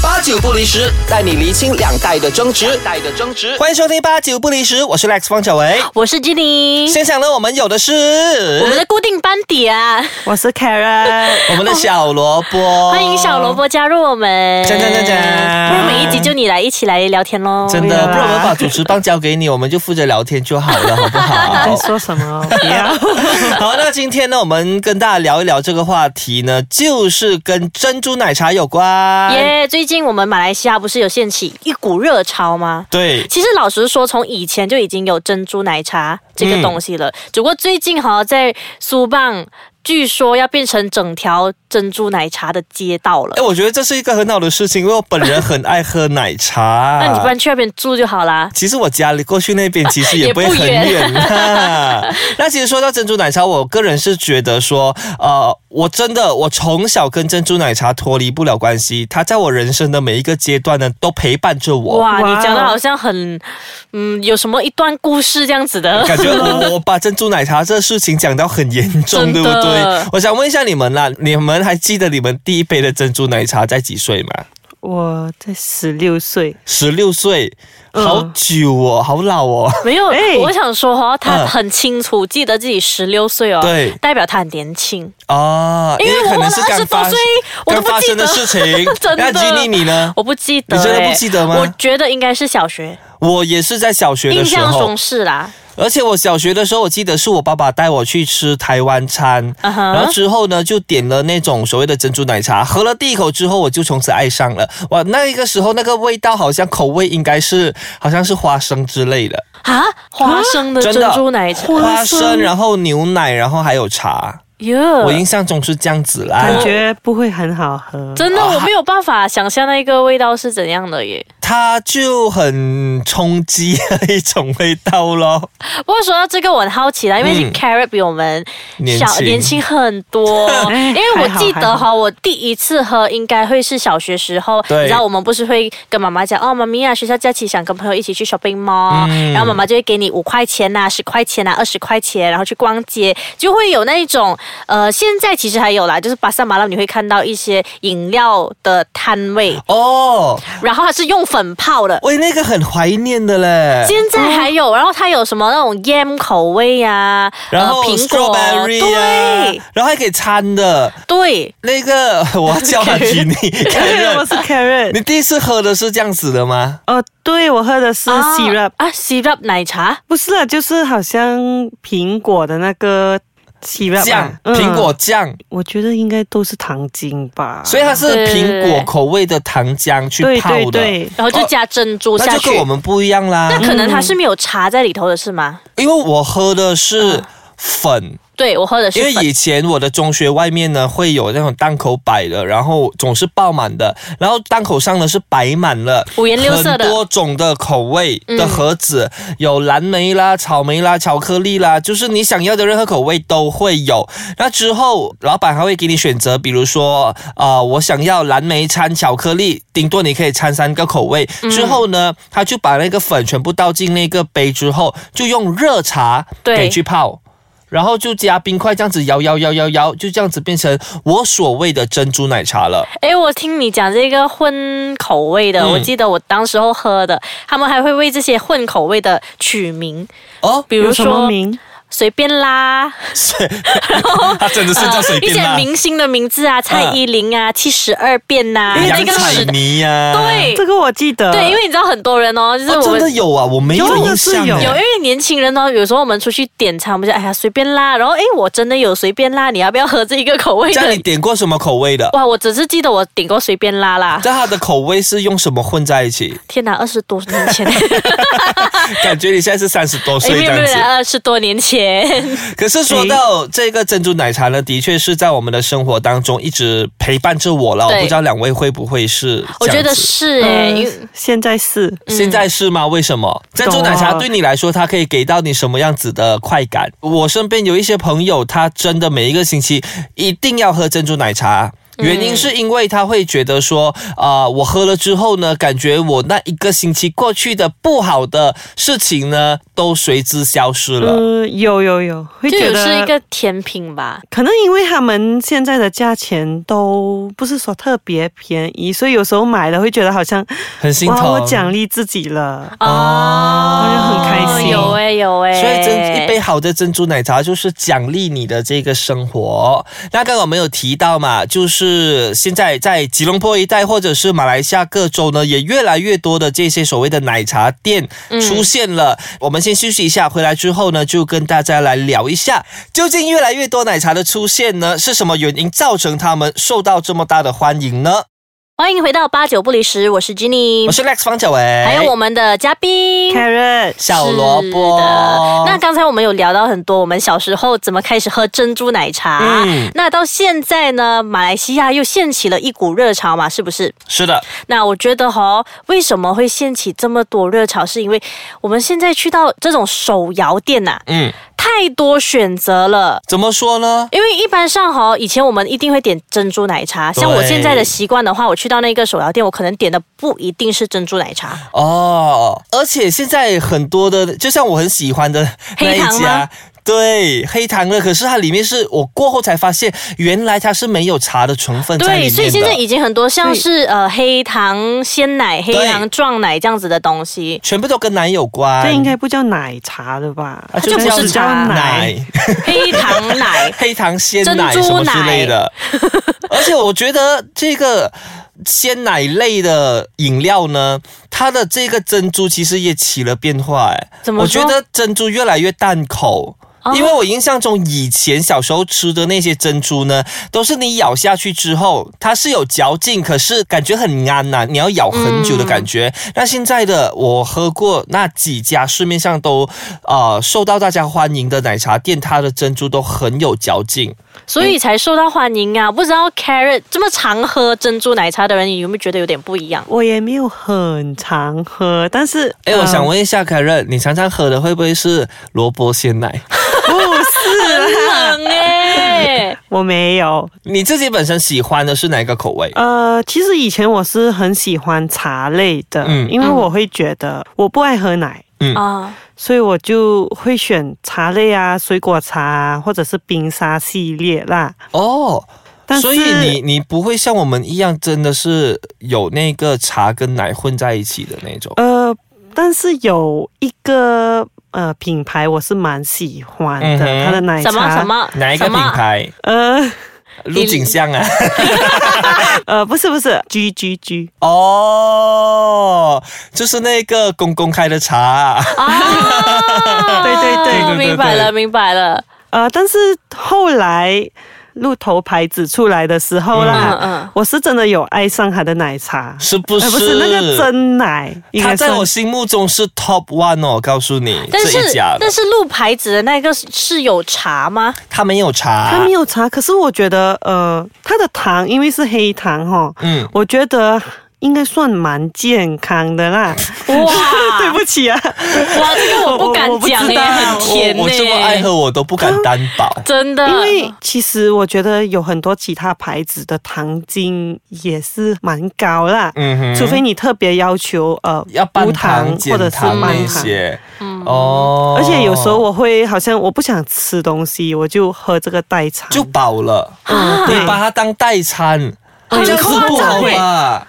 八九不离十，带你厘清两代的争执。代的争执。欢迎收听八九不离十，我是 Lex 方小维。我是吉林，现场呢，我们有的是我们的固定班底啊，我是 Karen，我们的小萝卜，欢迎小萝。卜加入我们。赞赞赞赞不如每一集就你来一起来聊天喽。真的，对啦不然我们把主持棒交给你，我们就负责聊天就好了，好不 在好？说什么？不要，好，那今天呢，我们跟大家聊一聊这个话题呢，就是跟珍珠奶茶有关。耶最近我们马来西亚不是有掀起一股热潮吗？对，其实老实说，从以前就已经有珍珠奶茶这个东西了，只不过最近好像在苏棒，据说要变成整条珍珠奶茶的街道了哎、。我觉得这是一个很好的事情，因为我本人很爱喝奶茶。 那你不然去那边住就好啦。其实我家里过去那边其实也也不不会很远 远 啊。那其实说到珍珠奶茶，我个人是觉得说，呃，我真的我从小跟珍珠奶茶脱离不了关系，它在我人生的每一个阶段呢都陪伴着我。哇，哇哦你讲的好像很，嗯，有什么一段故事这样子的。感觉我我把珍珠奶茶这事情讲到很严重，真对的不 对？我想问一下你们啦，你们还记得你们第一杯的珍珠奶茶在几岁吗？我在十六岁，十六岁，嗯好久哦，好老哦。没有，哎我想说哈、哦，他嗯很清楚、记得自己十六岁哦，对代表他很年轻，啊，因为我可活能了是二刚十发多岁，我都刚不发记生得。的。事情 真的那吉妮你呢？我不记得、你真的哎不记得吗我觉得应该是小学，我也是在小学的印时象候中，是啦。而且我小学的时候，我记得是我爸爸带我去吃台湾餐。嗯然后哼，之后呢，就点了那种所谓的珍珠奶茶，喝了第一口之后，我就从此爱上了。哇，那一个时候那个味道好像口味应该是好像是花生之类的，啊，花生的真珍的珠奶茶，花生，啊然后牛奶，然后还有茶。哟我印象中是这样子啦。感觉不会很好喝。，真啊的我没有办法想象那个味道是怎样的耶。它就很冲击的一种味道咯。不过说到这个，我很好奇啦，因为嗯 Carrot 比我们年小轻年轻很 多哎因为我还好记还得好哈，我第一次喝应该会是小学时候，对你知道我们不是会跟妈妈讲哦，妈咪啊，学校假期想跟朋友一起去 shopping mall，、嗯然后妈妈就会给你五块钱呐、十块钱呐、啊二十块钱，然后去逛街，就会有那一种呃，现在其实还有啦，就是巴萨马拉你会看到一些饮料的摊位，哦，然后它是用粉泡的。喂，那个很怀念的嘞。现在还有，然后它有什么那种烟口味呀、啊，哦然后呃苹果， strawberry 啊对，然后还可以掺的。对，那个我要叫他吉尼 对， 我是 Karen。你第一次喝的是这样子的吗？哦，对，我喝的是哦啊 syrup，啊，syrup 奶茶，不是啦，就是好像苹果的那个 syrup 酱嗯吧，苹果，酱，啊我觉得应该都是糖精吧。所以它是对对苹对果口味的糖浆去对泡对的，对，然后就加珍珠哦那下就去跟。我们不一样啦那。可能它是没有茶在里头的是吗？因为我喝的是嗯粉，对，我喝的是因为粉。以前我的中学外面呢会有那种档口摆的，然后总是爆满的，然后档口上呢是摆满了五颜六色的嗯很多种的口味的盒子，有蓝莓啦、草莓啦、巧克力啦，就是你想要的任何口味都会有。那之后老板还会给你选择，比如说呃，我想要蓝莓掺巧克力，顶多你可以掺三个口味。嗯之后呢，他就把那个粉全部倒进那个杯之后，就用热茶对给去泡。然后就加冰块，这样子摇摇摇摇摇，就这样子变成我所谓的珍珠奶茶了。哎，我听你讲这个混口味的，嗯我记得我当时候喝的，他们还会为这些混口味的取名，哦，比有如什么说名？随便啦，哦它真的是叫随一便些啦，嗯明星的名字啊，蔡依林啊，七十二变呐，因为杨这个采时妮呀、对这个我记得。对，因为你知道很多人哦，就是哦，我真们的有啊，我没有有印象有哎是有，因为年轻人呢，有时候我们出去点餐，我们就哎呀随便啦，然后哎我真的有随便啦，你要不要喝这一个口味像的你？点过什么口味的？ 哇，我只是记得我点过随便啦啦，这它的口味是用什么混在一 起？天哪，二十多 年前，感觉你现在是三十多哎岁这没有没样有，哎子。二十多年前，可是说到这个珍珠奶茶呢，的确是在我们的生活当中一直陪伴着我了。我对不知道两位会不会是？我觉得。是哎，因为呃，现在是嗯现在是吗？为什么珍珠奶茶对你来说，它可以给到你什么样子的快感？我身边有一些朋友，他真的每一个星期一定要喝珍珠奶茶，原因是因为他会觉得说，啊、我喝了之后呢，感觉我那一个星期过去的不好的事情呢，都随之消失了。嗯，有有有，会就觉有是一得个甜品吧。可能因为他们现在的价钱都不是说特别便宜，所以有时候买了会觉得好像很心哇，疼。我奖励自己了。哦哦，那就很开心有哎、有哎、所以珍一杯好的珍珠奶茶就是奖励你的这个生活。那刚刚我们有提到嘛，就是现在在吉隆坡一带或者是马来西亚各州呢，也越来越多的这些所谓的奶茶店出现了。我们先休息一下，回来之后呢，就跟大家来聊一下，究竟越来越多奶茶的出现呢，是什么原因造成他们受到这么大的欢迎呢？欢迎回到八九不离十，我是 Jenny，我是 Lex 方小维，嗯还有我们的嘉宾 Carrot，小萝卜是的。那刚才我们有聊到很多，我们小时候怎么开始喝珍珠奶茶。嗯那到现在呢，马来西亚又掀起了一股热潮嘛，是不是？是的，那我觉得哈、为什么会掀起这么多热潮，是因为我们现在去到这种手摇店呐、嗯，太多选择了。怎么说呢？因为一般上哈，以前我们一定会点珍珠奶茶。像对我现在的习惯的话，我去到那个手摇店，我可能点的不一定是珍珠奶茶。哦，而且现在很多的，就像我很喜欢的那黑一糖家吗。对黑糖的，可是它里面是我过后才发现，原来它是没有茶的成分在里对，面的。所以现在已经很多像是呃黑糖鲜奶、黑糖撞奶这样子的 东西，全部都跟奶有关。这应该不叫奶茶的吧？啊就不叫是叫茶奶。奶、黑糖奶 黑糖鲜奶珍什珠么奶之类 的。而且我觉得这个鲜奶类的饮料呢，它的这个珍珠其实也起了变化。哎，怎么我觉说得珍珠越来越淡口。哦因为我印象中，以前小时候吃的那些珍珠呢，都是你咬下去之后，它是有嚼劲，可是感觉很干呐、你要咬很久的感觉。嗯那现在的我喝过那几家市面上都呃受到大家欢迎的奶茶店，它的珍珠都很有嚼劲。所以才受到欢迎啊！不知道 Carrot 这么常喝珍珠奶茶的人，你有没有觉得有点不 一样？我也没有很常喝，但是哎，我想呃问一下凯瑞，你常常喝的会不会是萝卜鲜奶？很冷哎、呃我没有。你自己本身喜欢的是哪一个口味？呃，其实以前我是很喜欢茶类的，嗯因为我会觉得我不爱喝奶，啊，所以我就会选茶类啊、水果茶啊或者是冰沙系列啦。呃哦，但是所以你你不会像我们一样，真的是有那个茶跟奶混在一起的那种。呃，但是有一个呃品牌我是蛮喜欢的，嗯哼它的奶茶什么什么哪一个什品么牌？呃 陆景香啊？呃不是不是 G G G 哦，就是那个公公开的茶。 啊？对对对 对对对明白了明白了，呃，但是后来鹿头牌子出来的时候嗯啦，嗯。我是真的有爱上它的奶茶。是不是？呃不是那个真奶，应它该在算我心目中是 top one 哦，告诉你但这一是家的但是鹿牌子的那个是是有茶 吗？它没有茶，啊它没有茶，可是我觉得呃，它的糖因为是黑糖哦哈，嗯，我觉得应该算蛮健康的 啦。哇，对不起啊，哇，这个我不敢我我不知讲耶，道很甜我我这么耶爱喝，我都不敢担保。真的，因为其实我觉得有很多其他牌子的糖精也是蛮高啦，嗯哼，除非你特别要求呃要无半糖、糖或减者是糖半那糖。嗯些。哦，而且有时候我会好像我不想吃东西，我就喝这个代茶。就啊饱了，嗯 你把它当代餐，很这样子不好吧？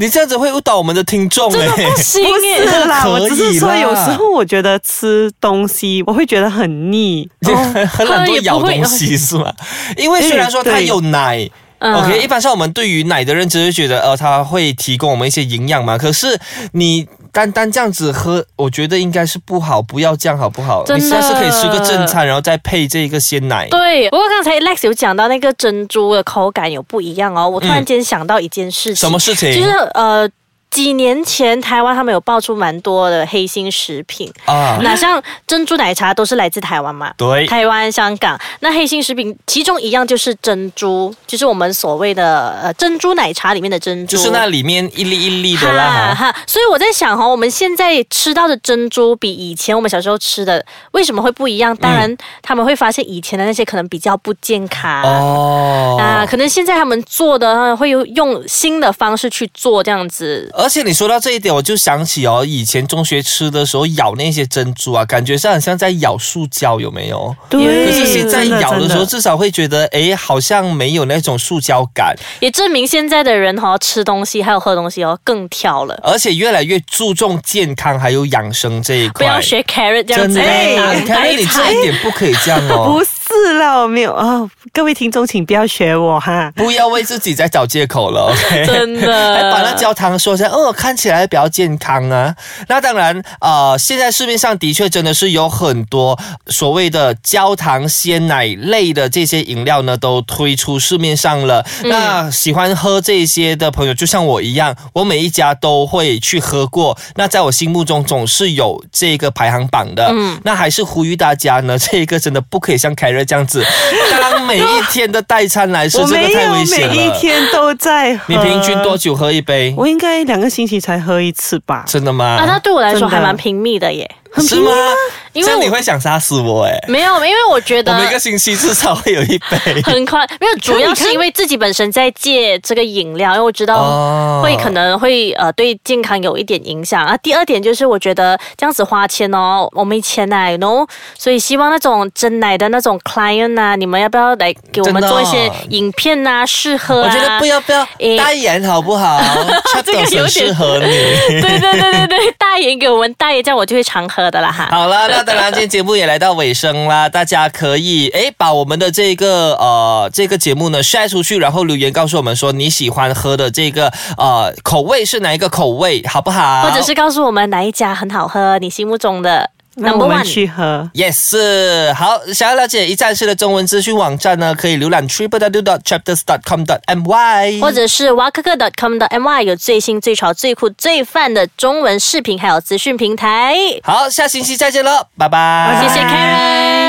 你这样子会误导我们的听众真的哎不。 行不耶。是啦，这个可以啦我只是说有时候我觉得吃东西我会觉得很腻，就很懒惰咬东西是吗？因为虽然说它对有奶。嗯 OK，一般上我们对于奶的认知就觉得，呃，它会提供我们一些营养嘛。可是你单单这样子喝，我觉得应该是不好，不要这样好不好？真你的下次可以吃个正餐，然后再配这个鲜奶。对，不过刚才 Lex 有讲到那个珍珠的口感有不一样哦，我突然间想到一件事情，嗯什么事情？就是呃。几年前台湾他们有爆出蛮多的黑心食品，啊，哎那像珍珠奶茶都是来自台湾嘛？对台湾、香港。那黑心食品其中一样就是珍珠，就是我们所谓的呃珍珠奶茶里面的珍珠，就是那里面一粒一粒的啦。哈哈。所以我在想哦，我们现在吃到的珍珠比以前我们小时候吃的为什么会不一样？当嗯然他们会发现以前的那些可能比较不健康。哦，啊，可能现在他们做的呃会有用新的方式去做这样子，而且你说到这一点，我就想起哦，以前中学吃的时候咬那些珍珠啊，感觉上很像在咬塑胶，有没有？对，可是现在真咬的时候，真至少会觉得，哎，好像没有那种塑胶感，也证明现在的人哈、哦、吃东西还有喝东西哦更挑了。而且越来越注重健康还有养生这一不块。要学 carrot 这样真子，的，哎你看你这一点不可以这样哦 不，是啦，我没有哦，各位听众请不要学我哈。不要为自己再找借口了，OK？真的呃还哎把那焦糖说一下，哦，看起来比较健康啊。那当然，呃，现在市面上的确真的是有很多所谓的焦糖鲜奶类的这些饮料呢，都推出市面上了。嗯那喜欢喝这些的朋友，就像我一样，我每一家都会去喝过。那在我心目中总是有这个排行榜的。嗯，那还是呼吁大家呢， 这个真的不可以像凯瑞这样 子，当每一天的代餐来吃，我这个没太有危险了。每一天都在喝。你平均多？久喝一杯？我应该两个星期才喝一次吧。真的吗？啊，那对我来说真的还蛮平密的耶。是吗？因为这样我你会想杀死我哎、没有，因为我觉我每个得。星期至少会有一杯 很快，没有，主要是因为自己本身在戒这个饮料，因为我知道哦会可能会呃对健康有一点影响啊。第二点就是我觉得这样子花钱哦，我没钱呐、然后所以希望那种真奶的那种 client 啊，你们要不要来给我们真的哦做一些影片呐、试喝我啊？觉得不要不要诶代言好不 好？恰这到个有很点适合 你。 对对对对对，大爷给我们大爷，这样我就会常喝的啦哈。好了，那当然，今天节目也来到尾声啦，大家可以诶把我们的这个呃这个节目呢晒出去，然后留言告诉我们说你喜欢喝的这个呃口味是哪一个口味，好不好？或者是告诉我们哪一家很好喝，你心目中的那 number 我们 one。去喝。 Yes，好，想要了解一站式的中文资讯网站呢，可以浏览 triple w dot chapters dot com dot my，或者是挖科科 .com 的 my 有最新最潮最酷最范的中文视频还有资讯平台。好，下星期再见喽，拜拜，谢谢 Karen。